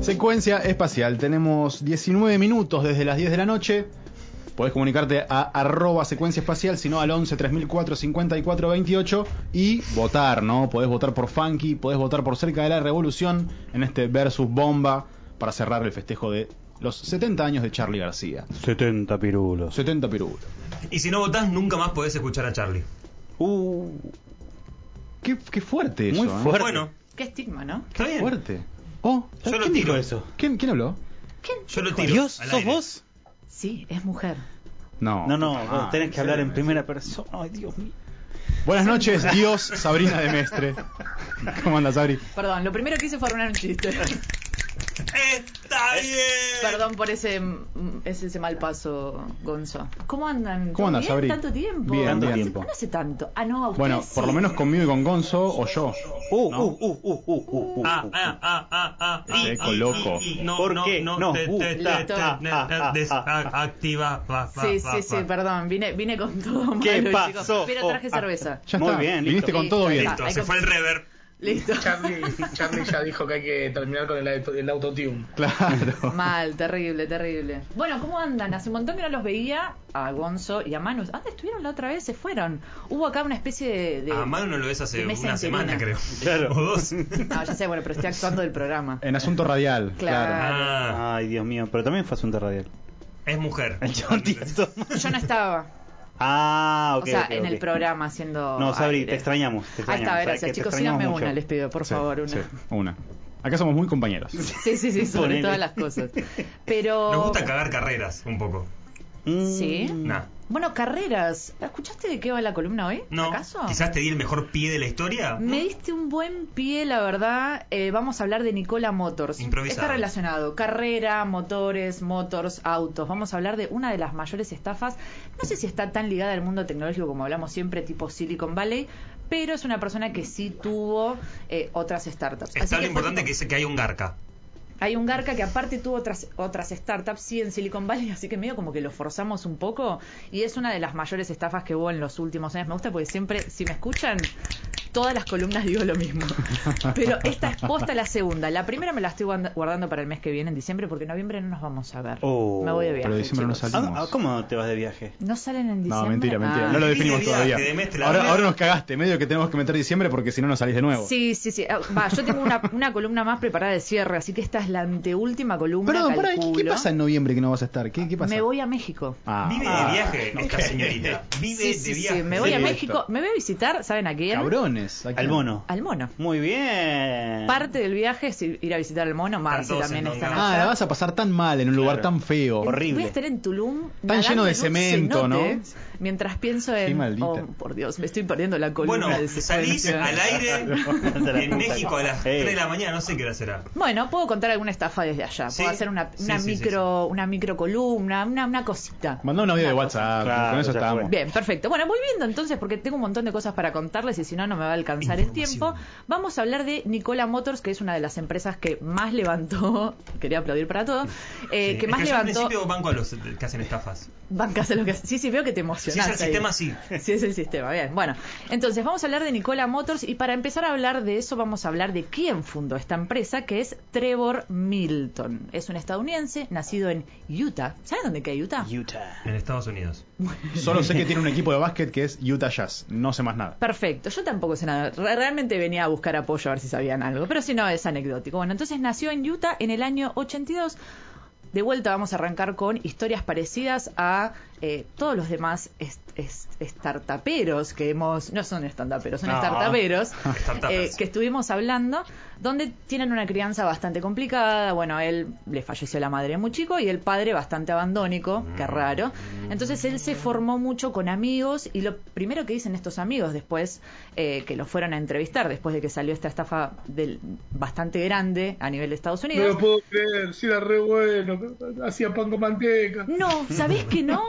Secuencia espacial. Tenemos 19 minutos desde las 10 de la noche. Podés comunicarte a arroba secuencia espacial, sino al 11 3004 54 28 y votar, ¿no? Podés votar por Funky, podés votar por Cerca de la Revolución en este versus bomba para cerrar el festejo de los 70 años de Charlie García. 70 pirulos. 70 pirulos. Y si no votás, nunca más podés escuchar a Charlie. Uh, qué, qué fuerte eso. Muy ¿eh? fuerte. Bueno, Qué estigma, ¿no? está bien. Fuerte. Oh, Yo lo ¿Quién dijo tiro. eso? ¿quién, quién habló? Yo lo tiro. Dios, al ¿sos aire. vos? Sí, es mujer. No. No, no, Ah, vos tenés que hablar en sí. primera persona. Ay, Dios mío. Buenas noches, Dios Sabrina de Mestre. ¿Cómo andas, Sabri? Perdón, lo primero que hice fue arruinar un chiste. Eh, Está bien. Perdón por ese, mm, ese, ese mal paso, Gonzo. ¿Cómo andan? ¿Cómo andas, ¿Bien? Sabri? ¿Tanto tiempo? Bien, Tanto bien. tiempo. ¿Cuándo hace tanto? Ah, no, a ustedes Bueno, por sí. lo menos conmigo y con Gonzo o yo. Uh, uh, uh, uh, uh, uh, uh. Ah, ah, ah, ah, ah, ah. Ese eco loco. No, ¿Por no, qué? no, No, te- uh, te- listo. te- te- te- des- a- Activa. va, va, Sí, va, sí, sí, va. perdón. Vine, vine con todo ¿Qué pasó? malo, chicos. Pero traje Oh, ah. cerveza. Ya Muy está. bien, Viniste listo. con todo bien. Ah, Listo, hay se que- fue el reverb. Listo. Charlie, Charlie ya dijo que hay que terminar con el, aut- el autotune. Claro. Mal, terrible, terrible. Bueno, ¿cómo andan? Hace un montón que no los veía a Gonzo y a Manu. ¿Dónde estuvieron la otra vez? Se fueron. Hubo acá una especie de... de- A mano no lo ves hace de mesa una semana, interina. creo. Claro. O dos. Ah, ya sé, bueno, pero estoy actuando del programa. En asunto radial. Claro. Claro. Ah, Ay, Dios mío, pero también fue asunto radial. es mujer. El chabón tiene todo- Yo no estaba. Ah, ok. o sea, ok, en ok. el programa haciendo... No, Sabri, aire. te extrañamos. Te extrañamos. Ahí está, Sabes gracias. que te Chicos, extrañamos síganme mucho. una, les pido, por Sí, favor, una. sí, Sí, una. Acá somos muy compañeros. sí, sí, sobre Ponele. todas las cosas. Pero... Nos gusta cagar carreras un poco. Mm, Sí. Nah. Bueno, carreras. ¿Escuchaste de qué va la columna hoy? No. ¿Acaso? Quizás te di el mejor pie de la historia. Me diste un buen pie, la verdad. Eh, vamos a hablar de Nicola Motors. Improvisado. Está relacionado. Carrera, motores, motors, autos. Vamos a hablar de una de las mayores estafas. No sé si está tan ligada al mundo tecnológico como hablamos siempre, tipo Silicon Valley, pero es una persona que sí tuvo eh, otras startups. Así Está lo que fue importante tipo- que es que hay un garca. hay un garca que aparte tuvo otras, otras startups, sí, en Silicon Valley, así que medio como que lo forzamos un poco. Y es una de las mayores estafas que hubo en los últimos años. Me gusta porque siempre, si me escuchan, todas las columnas digo lo mismo. Pero esta es posta la segunda. La primera me la estoy guarda- guardando para el mes que viene, en diciembre, porque en noviembre no nos vamos a ver. Oh, me voy de viaje. Pero diciembre no chicos. salimos. Ah, ¿Cómo te vas de viaje? ¿No salen en diciembre. No, mentira, mentira. Ah. No lo Vine definimos de viaje, todavía. de Mestre, la Ahora, verdad. ahora nos cagaste. Medio que tenemos que meter diciembre porque si no, no salís de nuevo. Sí, sí, sí. Ah, Va, yo tengo una, una columna más preparada de cierre, así que esta es la anteúltima columna. Perdón, pará, ¿qué- ¿qué, calculo. pasa en noviembre que no vas a estar? ¿Qué, qué pasa? Me voy a México. Ah, Vive ah, de viaje esta señorita. Vive Sí, de sí, sí, viaje. Me voy a Sí, México. esto. Me voy a visitar, ¿saben a quién? Cabrones. ¿a quién? Al mono. Al mono. Muy bien. Parte del viaje es ir ir a visitar al mono. Marce dos también Mm. en está Tonga. Ah, la vas a pasar tan mal en un lugar Claro. tan feo. Horrible. Voy a estar en Tan Tulum. nadando lleno de en un cemento, cenote, ¿no? Mientras pienso Qué en. maldita. Oh, por Dios, me estoy perdiendo la columna Bueno, de salís secuencia. al aire Te la en puta. México a las Ey. 3 de la mañana, no sé qué hora será. Bueno, puedo contar alguna estafa desde allá. Sí. Puedo hacer una, Sí, una sí, sí, micro, una micro columna, una, una cosita. Mandá un audio de Una WhatsApp. Claro, con eso ya estamos. fue. Bien, perfecto. Bueno, volviendo entonces, porque tengo un montón de cosas para contarles y si no, no me va a alcanzar el tiempo. Vamos a hablar de Nicola Motors, que es una de las empresas que más levantó, quería aplaudir para todo, eh, Sí. que Es más yo al levantó... principio banco a los que hacen estafas. Bancas a lo que... Sí, sí, veo que Si te emocionas. es el ahí. sistema, sí. Sí, es el sistema, bien. Bueno, entonces vamos a hablar de Nicola Motors y para empezar a hablar de eso vamos a hablar de quién fundó esta empresa, que es Trevor Milton. Es un estadounidense nacido en Utah. ¿Saben dónde queda Utah? Utah. En Estados Unidos. Mm, Solo sé que tiene un equipo de básquet que es Utah Jazz. No sé más nada. Perfecto, yo tampoco sé nada. Re- Realmente venía a buscar apoyo a ver si sabían algo, pero si no es anecdótico. Bueno, entonces nació en Utah en el año 82. De vuelta vamos a arrancar con historias parecidas a eh, todos los demás est est- startuperos que hemos... No son startuperos, son No. startuperos eh, Startups. que estuvimos hablando, donde tienen una crianza bastante complicada. Bueno, él le falleció la madre muy chico y el padre bastante abandónico, qué raro. Entonces él se formó mucho con amigos y lo primero que dicen estos amigos después eh, que lo fueron a entrevistar, después de que salió esta estafa del, bastante grande a nivel de Estados No Unidos. lo puedo creer, si era re bueno, hacía pan con manteca. No, ¿sabés que no?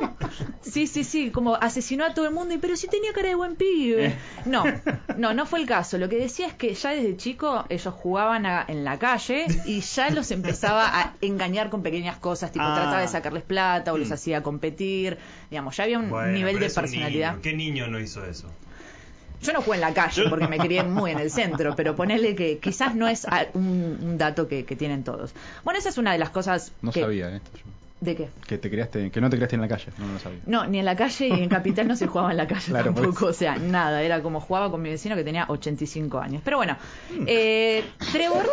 Sí, sí, sí, como asesinó a todo el mundo, y, pero sí tenía cara de buen Eh. pibe. No, no, no fue el caso. Lo que decía es que ya desde chico ellos jugaban a- en la calle y ya los empezaba a engañar con pequeñas cosas, tipo Ah. trataba de sacarles plata o los hacía competir, digamos, ya había un Mm. Bueno, nivel pero de es un personalidad. niño. ¿Qué niño no hizo eso? Yo no jugué en la calle porque me crié muy en el centro, pero ponele que quizás no es a- un, un dato que, que tienen todos. Bueno, esa es una de las cosas. No que- sabía esto. yo. ¿De qué? Que te creaste, que no te creaste en la calle, no, no lo sabía. No, ni en la calle y en Capital no se jugaba en la calle Claro, por tampoco. O sea, nada. Era como jugaba con mi vecino que tenía 85 años. Pero bueno, eh, Trevor.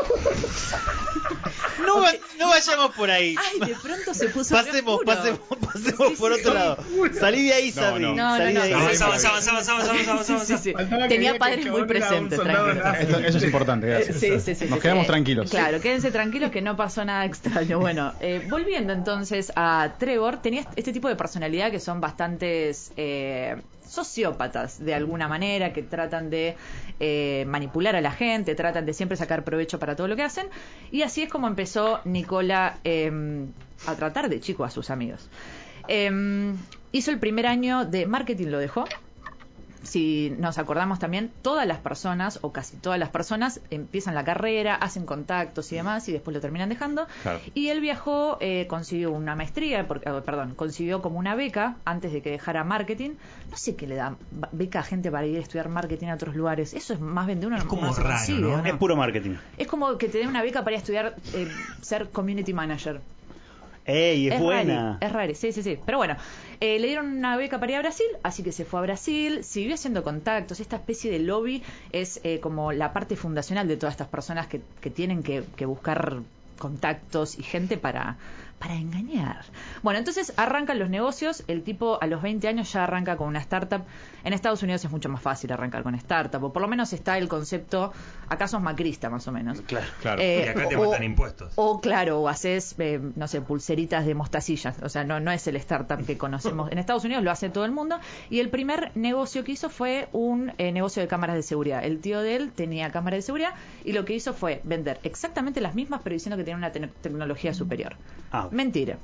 No, va- no vayamos por ahí. Ay, de pronto se puso. Pasemos, oscuro. pasemos, pasemos Sí, por sí, otro sí. lado. Salí de ahí, No, Sabri. no. No, no, Salí no. de ahí. Avanza, avanza, avanza, avanza, avanza, avanza, Sí, sí, avanza. sí. Faltaba que diga Tenía que padres el muy chabón era un presentes, soldado tranquilo. nazi. Esto- eso es importante, gracias. Eh, Sí, sí, sí, Nos sí, quedamos sí. tranquilos. Claro, quédense tranquilos que no pasó nada extraño. Bueno, eh, volviendo entonces a Trevor, tenía este tipo de personalidad que son bastantes eh, sociópatas de alguna manera, que tratan de eh, manipular a la gente, tratan de siempre sacar provecho para todo lo que hacen. Y así es como empezó Nicola eh, a tratar de chico a sus amigos. Eh, hizo el primer año de marketing, lo dejó si nos acordamos también, todas las personas, o casi todas las personas, empiezan la carrera, hacen contactos y demás, y después lo terminan dejando. Claro. Y él viajó, eh, consiguió una maestría, porque, eh, perdón, consiguió como una beca antes de que dejara marketing. No sé qué le dan ba- beca a gente para ir a estudiar marketing a otros lugares. Eso es más bien de uno. Es no- como no se raro, consigue, ¿no? ¿o no? Es puro marketing. Es como que te den una beca para ir a estudiar, eh, ser community manager. ¡Ey, es, buena! Rari, es rari, sí, sí, sí. Pero bueno, eh, le dieron una beca para ir a Brasil, así que se fue a Brasil, siguió haciendo contactos. Esta especie de lobby es eh, como la parte fundacional de todas estas personas que, que tienen que, que buscar contactos y gente para, para engañar. Bueno, entonces arrancan los negocios, el tipo a los 20 años ya arranca con una startup. En Estados Unidos es mucho más fácil arrancar con startup, o por lo menos está el concepto, acá sos macrista más o menos. Claro. Claro. Eh, Y acá te o- matan impuestos. O claro, o haces, eh, no sé, pulseritas de mostacillas. O sea, no, no es el startup que conocemos. En Estados Unidos lo hace todo el mundo. Y el primer negocio que hizo fue un eh, negocio de cámaras de seguridad. El tío de él tenía cámaras de seguridad y lo que hizo fue vender exactamente las mismas, pero diciendo que tenía una te- tecnología superior. Ah, Mentira.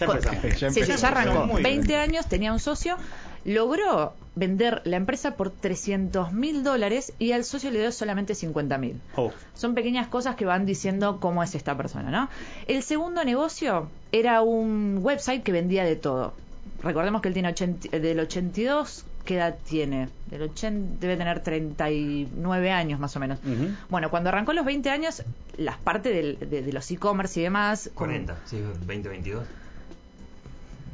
ya empezamos. Ya Sí, sí, empezamos. ya arrancó. Muy 20 bien. años, tenía un socio, logró vender la empresa por 300 mil dólares y al socio le dio solamente 50 mil. Oh. Son pequeñas cosas que van diciendo cómo es esta persona, ¿no? El segundo negocio era un website que vendía de todo. Recordemos que él tiene 80 del 82, ¿qué edad tiene? Del 80, debe tener 39 años más o menos. Ujú. Bueno, cuando arrancó los 20 años, las partes del- de, de los e-commerce y demás... 40, sí, 20, 22.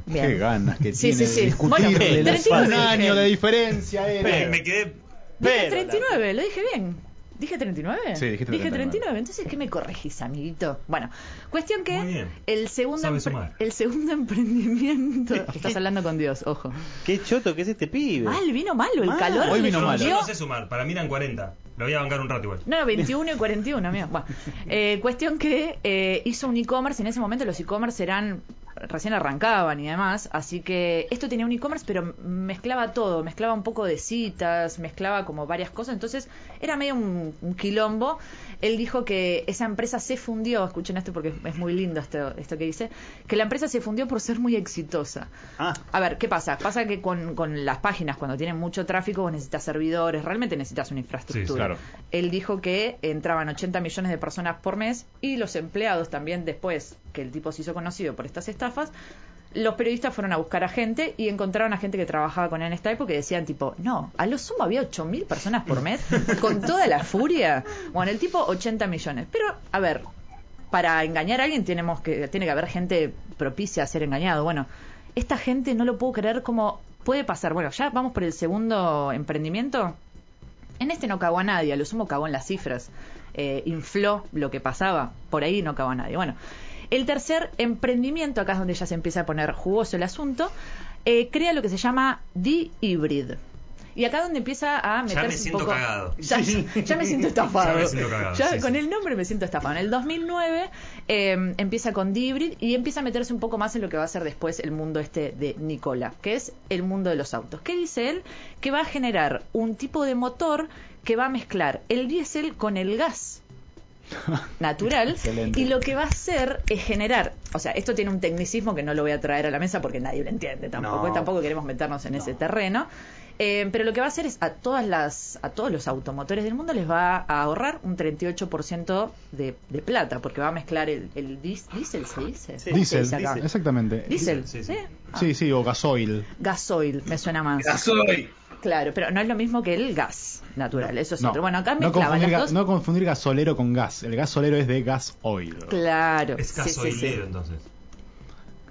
Bien. Qué ganas que Sí, tiene sí, sí. de discutirle Bueno, las- 39 un año dije. de diferencia. Eh, era. Me, me quedé. Dije Pero, 39, lo dije bien. ¿Dije 39? Sí, dijiste Dije 39. 39, entonces ¿qué me corregís, amiguito? Bueno, cuestión Muy que bien. el segundo, Sabe empre- sumar. el segundo emprendimiento... Estás hablando con Dios, ojo. Qué choto que es este pibe. Mal, Ah, vino malo, el Mal. calor. Hoy le vino malo. Yo fundió. no sé sumar, para mí eran 40. Lo voy a bancar un rato igual. No, 21 y 41, amigo. Bueno, eh, cuestión que eh, hizo un e-commerce. En ese momento los e-commerce eran recién arrancaban y demás, así que esto tenía un e-commerce, pero mezclaba todo, mezclaba un poco de citas, mezclaba como varias cosas, entonces era medio un, un quilombo. Él dijo que esa empresa se fundió, escuchen esto porque es muy lindo esto, esto que dice, que la empresa se fundió por ser muy exitosa. Ah, A ver, ¿qué pasa? Pasa que con, con las páginas, cuando tienen mucho tráfico, vos necesitas servidores, realmente necesitas una infraestructura. Sí, claro. Él dijo que entraban 80 millones de personas por mes y los empleados también, después que el tipo se hizo conocido por estas estafas, los periodistas fueron a buscar a gente y encontraron a gente que trabajaba con él en esta época y decían tipo, no, a lo sumo había 8.000 personas por mes con toda la furia. Bueno, el tipo 80 millones. Pero, a ver, para engañar a alguien tenemos que tiene que haber gente propicia a ser engañado. Bueno, esta gente no lo puedo creer como puede pasar. Bueno, ya vamos por el segundo emprendimiento. En este no cagó a nadie, a lo sumo cagó en las cifras. Eh, infló lo que pasaba, por ahí no cagó a nadie. Bueno, el tercer emprendimiento, acá es donde ya se empieza a poner jugoso el asunto, eh, crea lo que se llama D-Hybrid. Y acá es donde empieza a meterse Ya me un siento poco- cagado. Ya, ya me siento estafado. Ya me siento cagado, Ya sí, con sí. el nombre me siento estafado. En el 2009 eh, empieza con Dibrid y empieza a meterse un poco más en lo que va a ser después el mundo este de Nicola, que es el mundo de los autos. ¿Qué dice él? Que va a generar un tipo de motor que va a mezclar el diésel con el gas natural Excelente. y lo que va a hacer es generar, o sea, esto tiene un tecnicismo que no lo voy a traer a la mesa porque nadie lo entiende tampoco, No. tampoco queremos meternos en ese terreno. Eh, pero lo que va a hacer es a todas las a todos los automotores del mundo les va a ahorrar un 38% de, de plata porque va a mezclar el, el dis- diésel, ¿se dice? Sí. ¿Cómo se Diesel, dice acá? diésel. exactamente. Diésel, Sí, sí, sí. Ah, Sí, sí, o gasoil. Gasoil, me suena más. Ya soy. Claro, pero no es lo mismo que el gas natural, eso es otro. Bueno, acá no mezclaban confundir, las ga- dos. no confundir gasolero con gas. El gasolero es de gas oil. Claro. Es sí, sí, sí. caso entonces.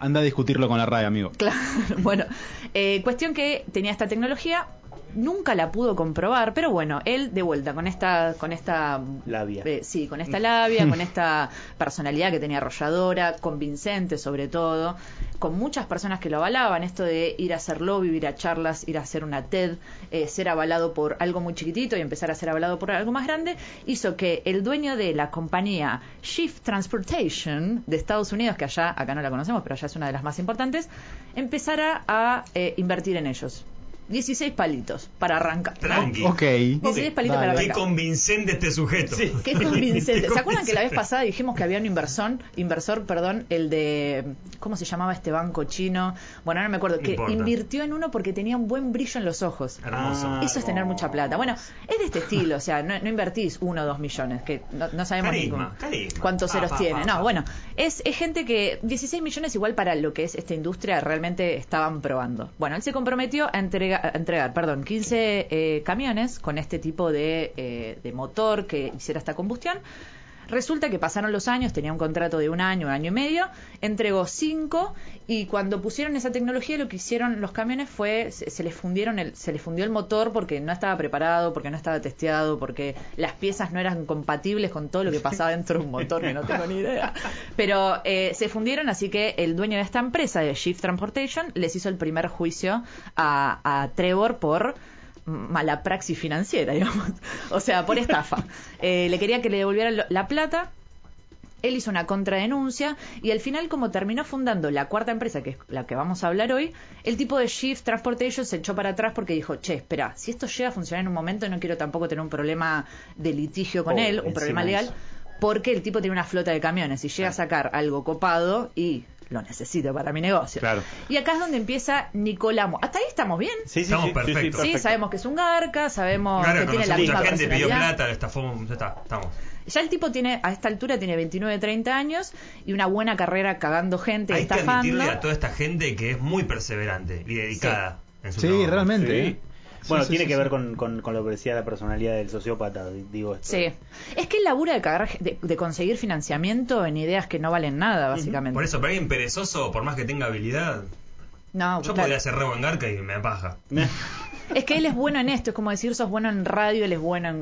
Anda a discutirlo con la RAE, amigo. Claro, bueno, eh, cuestión que tenía esta tecnología, nunca la pudo comprobar, pero bueno, él de vuelta con esta, con esta Labia. eh, sí, con esta labia, con esta personalidad que tenía arrolladora, convincente sobre todo, con muchas personas que lo avalaban, esto de ir a hacer lobby, ir a charlas, ir a hacer una TED, eh, ser avalado por algo muy chiquitito y empezar a ser avalado por algo más grande, hizo que el dueño de la compañía Shift Transportation de Estados Unidos, que allá, acá no la conocemos, pero allá es una de las más importantes, empezara a eh, invertir en ellos. 16 palitos para arrancar. Tranqui. Ok. 16 Dale. palitos para Qué arrancar. convincente este sujeto. Qué convincente. Qué ¿Se acuerdan que la vez convincente. pasada dijimos que había un inversor, inversor, perdón, el de ¿cómo se llamaba este banco chino? Bueno, no me acuerdo, No que importa. invirtió en uno porque tenía un buen brillo en los ojos. Hermoso. Ah, Eso es tener oh. mucha plata. Bueno, es de este estilo, o sea, no, no invertís uno o dos millones, que no, no sabemos ni Carisma, cómo- carisma. cuántos Pa, ceros pa, tiene. pa, no, pa. bueno, es, es gente que 16 millones igual para lo que es esta industria realmente estaban probando. Bueno, él se comprometió a, entrega- a entregar perdón, 15 eh, camiones con este tipo de, eh, de motor que hiciera esta combustión. Resulta que pasaron los años, tenía un contrato de un año, un año y medio, entregó cinco y cuando pusieron esa tecnología lo que hicieron los camiones fue se, se les fundieron el, se les fundió el motor porque no estaba preparado, porque no estaba testeado, porque las piezas no eran compatibles con todo lo que pasaba dentro de un motor que no tengo ni idea. Pero eh, se fundieron, así que el dueño de esta empresa, de Shift Transportation, les hizo el primer juicio a, a Trevor por mala praxis financiera, digamos. O sea, por estafa. Eh, le quería que le devolvieran lo- la plata. Él hizo una contradenuncia y al final, como terminó fundando la cuarta empresa, que es la que vamos a hablar hoy, el tipo de Shift Transportation se echó para atrás porque dijo, che, espera, si esto llega a funcionar en un momento, no quiero tampoco tener un problema de litigio con Oh, él, un encima problema de legal, eso. porque el tipo tiene una flota de camiones y llega a sacar algo copado y lo necesito para mi negocio. Claro. Y acá es donde empieza Nicolamo. Hasta ahí estamos bien. Sí, sí, Estamos sí, sí, sí, perfectos. Sí, perfecto. sabemos que es un garca, sabemos Claro, que tiene la conocemos misma mucha gente, pidió personalidad. plata, lo estafó, ya está, estamos. Ya el tipo tiene, a esta altura tiene 29, 30 años y una buena carrera cagando gente, Hay que estafando. admitirle a toda esta gente que es muy perseverante y dedicada en su Sí, trabajo. realmente. Sí. ¿eh? Bueno, Sí, sí, tiene sí, que sí. ver con, con, con lo que decía la personalidad del sociópata, digo esto. Sí. Es que él labura de, cagar, de, de conseguir financiamiento en ideas que no valen nada, básicamente. Por eso, para alguien perezoso, por más que tenga habilidad, No, yo claro. podría ser re buen garca y me paja. Es que él es bueno en esto, es como decir, sos bueno en radio, él es bueno en,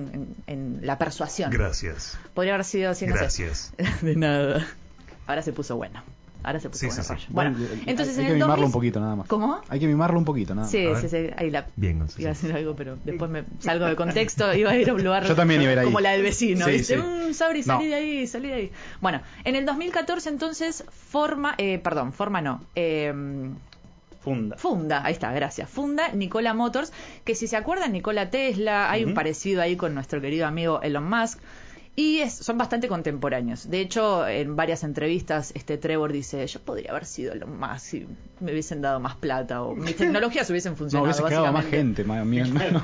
en- en la persuasión. Gracias. Podría haber sido así, no sé. Gracias. De nada. Ahora se puso bueno. Ahora se puso Sí, bueno. sí, sí. Rayo. Bueno, hay- entonces hay en que el mimarlo 2000 un poquito nada más. ¿Cómo? Hay que mimarlo un poquito nada más. Sí, Ah, A ver. sí, sí, ahí la... Bien, Gonzalo. Iba a hacer algo, pero después me salgo de contexto, iba a ir a un lugar Yo también iba a ir ahí. como la del vecino. Sí, ¿viste? sí. "Mm, Sabri, salí No. de ahí, salí de ahí. Bueno, en el 2014 entonces forma, eh, perdón, forma no, eh, Funda. Funda, ahí está, gracias. Funda Nikola Motors, que si se acuerdan, Nikola Tesla, hay un parecido ahí con nuestro querido amigo Elon Musk. Y es- son bastante contemporáneos. De hecho, en varias entrevistas, este Trevor dice, yo podría haber sido Elon Musk si me hubiesen dado más plata o mis tecnologías hubiesen No, funcionado. hubiese quedado más básicamente. gente, madre mía.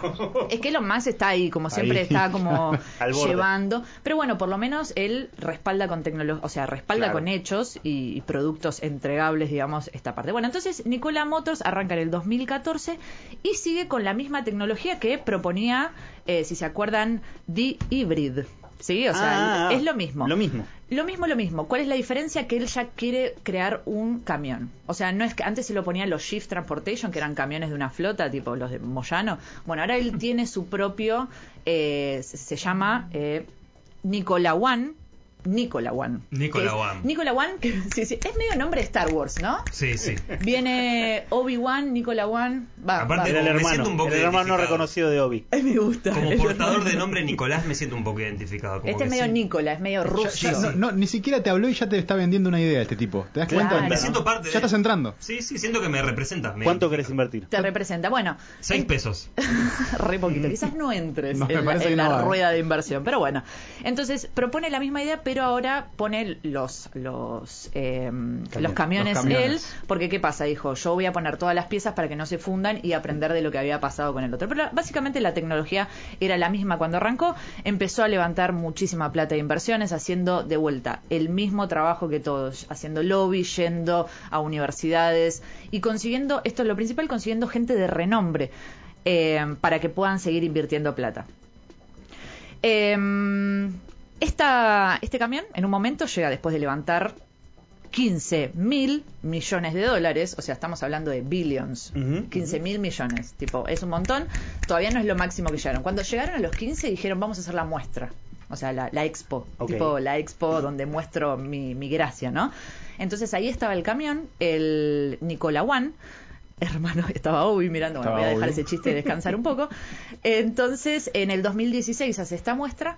Es que Elon Musk está ahí, como siempre Ahí. está como Al borde. llevando. Pero bueno, por lo menos él respalda con tecnología, o sea, respalda con hechos y, y productos entregables, digamos, esta parte. Bueno, entonces Nikola Motors arranca en el 2014 y sigue con la misma tecnología que proponía, eh, si se acuerdan, The Hybrid. Sí, o sea, Ah, es lo mismo. Lo mismo. Lo mismo, lo mismo. ¿Cuál es la diferencia? Que él ya quiere crear un camión. O sea, no es que antes se lo ponían los Shift Transportation, que eran camiones de una flota, tipo los de Moyano. Bueno, ahora él tiene su propio, eh, se- se llama eh, Nicola One. Nicola One. Nicola Que es- One. Nicola One, que sí, sí, es medio nombre de Star Wars, ¿no? Sí, sí. Viene Obi-Wan, Nicola One. Va, Aparte Era va. el Me hermano. siento un poco Era el hermano identificado. reconocido de Obi. Ay, me gusta. Como portador de nombre Nicolás me siento un poco identificado. Como Este que es medio sí. Nicola, es medio ruso. Ya- ya- no, no, ni siquiera te habló y ya te está vendiendo una idea este tipo. ¿Te das Claro. cuenta? Me ¿no? siento parte de... Ya estás entrando. Sí, sí, siento que me representas. me ¿Cuánto querés identifica. invertir? Te representa. Bueno, Seis pesos. re poquito. Quizás no entres No, me en, la, parece en que la no va, ¿eh? rueda de inversión. Pero bueno, entonces propone la misma idea, pero ahora pone los los eh, los, camiones los camiones. él, porque qué pasa, dijo, yo voy a poner todas las piezas para que no se fundan y aprender de lo que había pasado con el otro. Pero básicamente la tecnología era la misma cuando arrancó, empezó a levantar muchísima plata de inversiones haciendo de vuelta el mismo trabajo que todos, haciendo lobby, yendo a universidades y consiguiendo, esto es lo principal, consiguiendo gente de renombre. eh, para que puedan seguir invirtiendo plata. Eh, esta- este camión en un momento llega después de levantar 15 mil millones de dólares, o sea, estamos hablando de billions, 15 mil millones, tipo, es un montón, todavía no es lo máximo que llegaron. Cuando llegaron a los 15 dijeron, vamos a hacer la muestra, o sea, la, la expo, Ok. tipo la expo donde muestro mi, mi gracia, ¿no? Entonces ahí estaba el camión, el Nicola One, hermano, estaba Obi mirando, bueno, Estaba voy a dejar Obi. ese chiste y descansar un poco. Entonces, en el 2016 hace esta muestra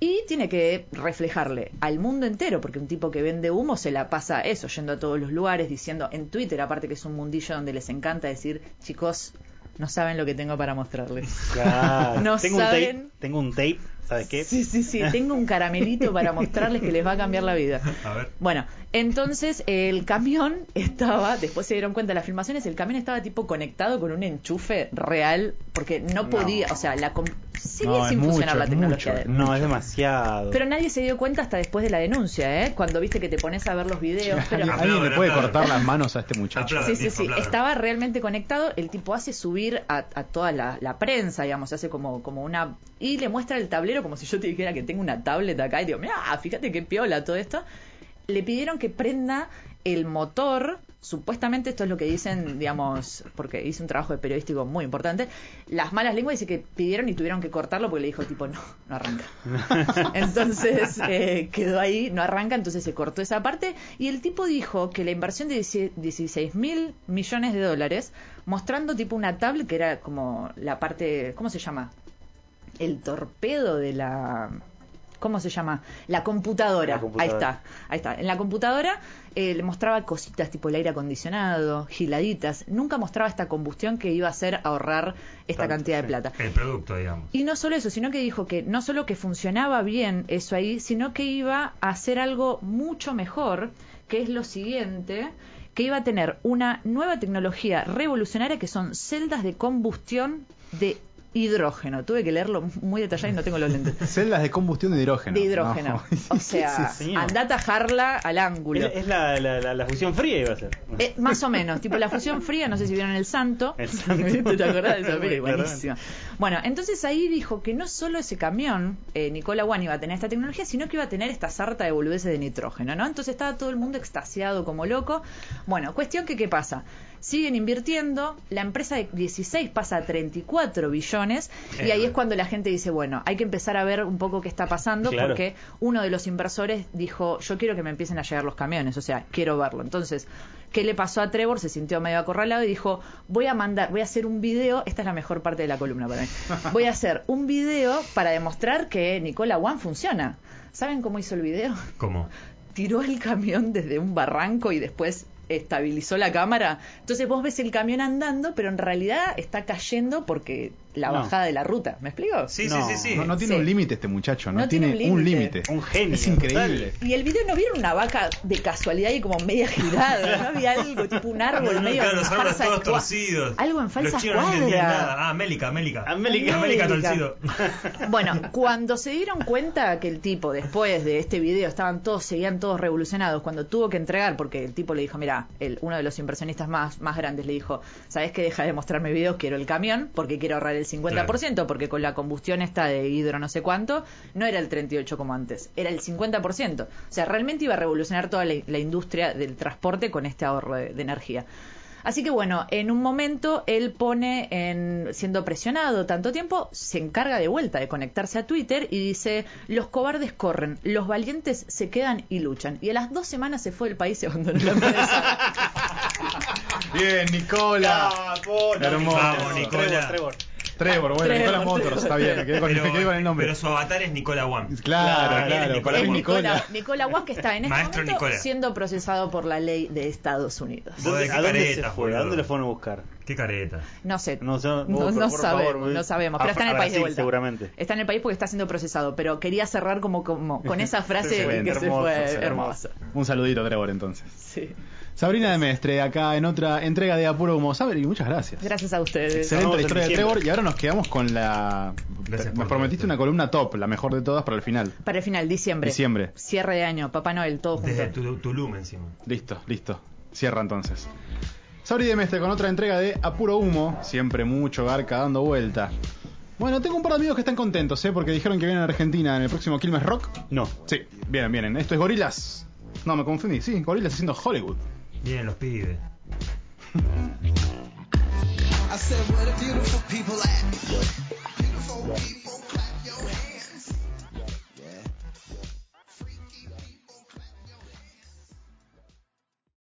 y tiene que reflejarle al mundo entero, porque un tipo que vende humo se la pasa eso, yendo a todos los lugares, diciendo en Twitter, aparte que es un mundillo donde les encanta decir, chicos, no saben lo que tengo para mostrarles. Claro. No tengo un saben. tape, tengo un tape, ¿sabes qué? Sí, sí, sí, tengo un caramelito para mostrarles que les va a cambiar la vida. A ver. Bueno, entonces el camión estaba, después se dieron cuenta de las filmaciones, el camión estaba tipo conectado con un enchufe real, porque no podía, o sea, la com- seguía No, es sin funcionar mucho, la es tecnología. mucho, de- No, es demasiado. Pero nadie se dio cuenta hasta después de la denuncia, ¿eh? Cuando viste que te pones a ver los videos, pero... ¿Alguien alguien le puede Aplaudan, cortar las manos a este muchacho? Aplaudan, Sí, sí, viejo, sí. aplaudan. Estaba realmente conectado. El tipo hace subir a, a toda la, la prensa, digamos, hace como, como una. Y le muestra el tablero como si yo te dijera que tengo una tablet acá. Y digo, mira, fíjate qué piola todo esto. Le pidieron que prenda el motor. Supuestamente, esto es lo que dicen, digamos, porque hice un trabajo de periodístico muy importante. Las malas lenguas dice que pidieron y tuvieron que cortarlo porque le dijo, tipo, no, no arranca. Entonces eh, quedó ahí, no arranca, entonces se cortó esa parte. Y el tipo dijo que la inversión de 16 mil millones de dólares, mostrando tipo una tablet que era como la parte, ¿cómo se llama? El torpedo de la... ¿Cómo se llama? La computadora. La computadora. Ahí está, ahí está. En la computadora eh, le mostraba cositas tipo el aire acondicionado, giladitas. Nunca mostraba esta combustión que iba a hacer ahorrar esta Tanto, cantidad de sí. plata. El producto, digamos. Y no solo eso, sino que dijo que no solo que funcionaba bien eso ahí, sino que iba a hacer algo mucho mejor, que es lo siguiente, que iba a tener una nueva tecnología revolucionaria que son celdas de combustión de hidrógeno. Tuve que leerlo muy detallado y no tengo los lentes. Celdas de combustión de hidrógeno. De hidrógeno. No. O sea, Sí, señor. andá a tajarla al ángulo. Es, es la, la, la, la fusión fría iba a ser. Eh, más o menos, tipo la fusión fría, no sé si vieron El Santo. El Santo. ¿Viste? ¿Te acordás de esa Claramente. peli? Buenísima. Bueno, entonces ahí dijo que no solo ese camión, eh, Nicola One, iba a tener esta tecnología, sino que iba a tener esta sarta de boludeces de nitrógeno, ¿no? Entonces estaba todo el mundo extasiado como loco. Bueno, cuestión que, ¿qué pasa? Siguen invirtiendo, la empresa de 16 pasa a 34 billones, y Eh. ahí es cuando la gente dice, bueno, hay que empezar a ver un poco qué está pasando, Claro. porque uno de los inversores dijo, yo quiero que me empiecen a llegar los camiones, o sea, quiero verlo. Entonces, ¿qué le pasó a Trevor? Se sintió medio acorralado y dijo, voy a mandar, voy a hacer un video, esta es la mejor parte de la columna para mí, voy a hacer un video para demostrar que Nicola One funciona. ¿Saben cómo hizo el video? ¿Cómo? tiró el camión desde un barranco y después estabilizó la cámara. Entonces vos ves el camión andando, pero en realidad está cayendo porque la No. bajada de la ruta. ¿Me explico? Sí, No, sí, sí, sí. No, no tiene Sí. un límite este muchacho, no, No tiene tiene, un un límite. límite. Un genio. Es increíble. total. Y el video no vieron una vaca de casualidad y como media girada, no había algo, tipo un árbol No, no, medio claro, en los árboles falsa todos cua- torcidos. Algo en Los falsa chinos no entendían cuadra. nada. Ah, América, América. América. América América. torcido. Bueno, cuando se dieron cuenta que el tipo, después de este video, estaban todos, seguían todos revolucionados, cuando tuvo que entregar, porque el tipo le dijo, mira, el, uno de los impresionistas más, más grandes le dijo, ¿sabes qué? Deja de mostrarme videos, quiero el camión, porque quiero ahorrar el 50%, porque con la combustión esta de hidro no sé cuánto, no era el 38 como antes, era el 50%. O sea, realmente iba a revolucionar toda la, la industria del transporte con este ahorro de- de energía. Así que bueno, en un momento él pone en siendo presionado tanto tiempo, se encarga de vuelta de conectarse a Twitter y dice, "Los cobardes corren, los valientes se quedan y luchan." Y a las dos semanas se fue del país y abandonó la empresa. Bien, Nicola. Ah, Hermoso. Vamos, Nicola. Trevor, Trevor. Trevor, bueno, Trevor, Nicola Trevor. Motors, está bien, me quedé con, me quedé con el nombre. pero su avatar es Nicola One. Claro, Claro, claro, es para mí Es es Nicola, Nicola. Nicola Guas, que está en este Maestro momento Nicola. siendo procesado por la ley de Estados Unidos. Vos de ¿A qué dónde se careta, fue? ¿A boludo. dónde lo fueron a buscar? Qué careta. No sé. No, sé, vos, No, por- no por sabemos, favor, no vos- sabemos, a- pero está en a el país de Brasil, vuelta. Seguramente. Está en el país porque está siendo procesado, pero quería cerrar como, como con esa frase Se fue, que se hermoso, fue hermoso. hermosa. Un saludito, Trevor, entonces. Sí. Sabrina de Mestre, acá en otra entrega de Apuro Humo. Saber, y muchas gracias. Gracias a ustedes. Excelente la Nos vemos en historia de diciembre. Trevor y ahora nos quedamos con la... Gracias por Nos prometiste todo. una columna top, la mejor de todas para el final. Para el final, diciembre. Diciembre. Cierre de año, Papá Noel, todo junto. Desde tu, Tulum encima. Listo, listo. Cierra entonces. Sabri de Mestre con otra entrega de A Puro Humo, siempre mucho garca dando vuelta. Bueno, tengo un par de amigos que están contentos, ¿eh? Porque dijeron que vienen a Argentina en el próximo Quilmes Rock. No. Sí, vienen, vienen. Esto es Gorilas. No, me confundí. Sí, Gorilas haciendo Hollywood. Vienen los pibes. I said, where the beautiful people at?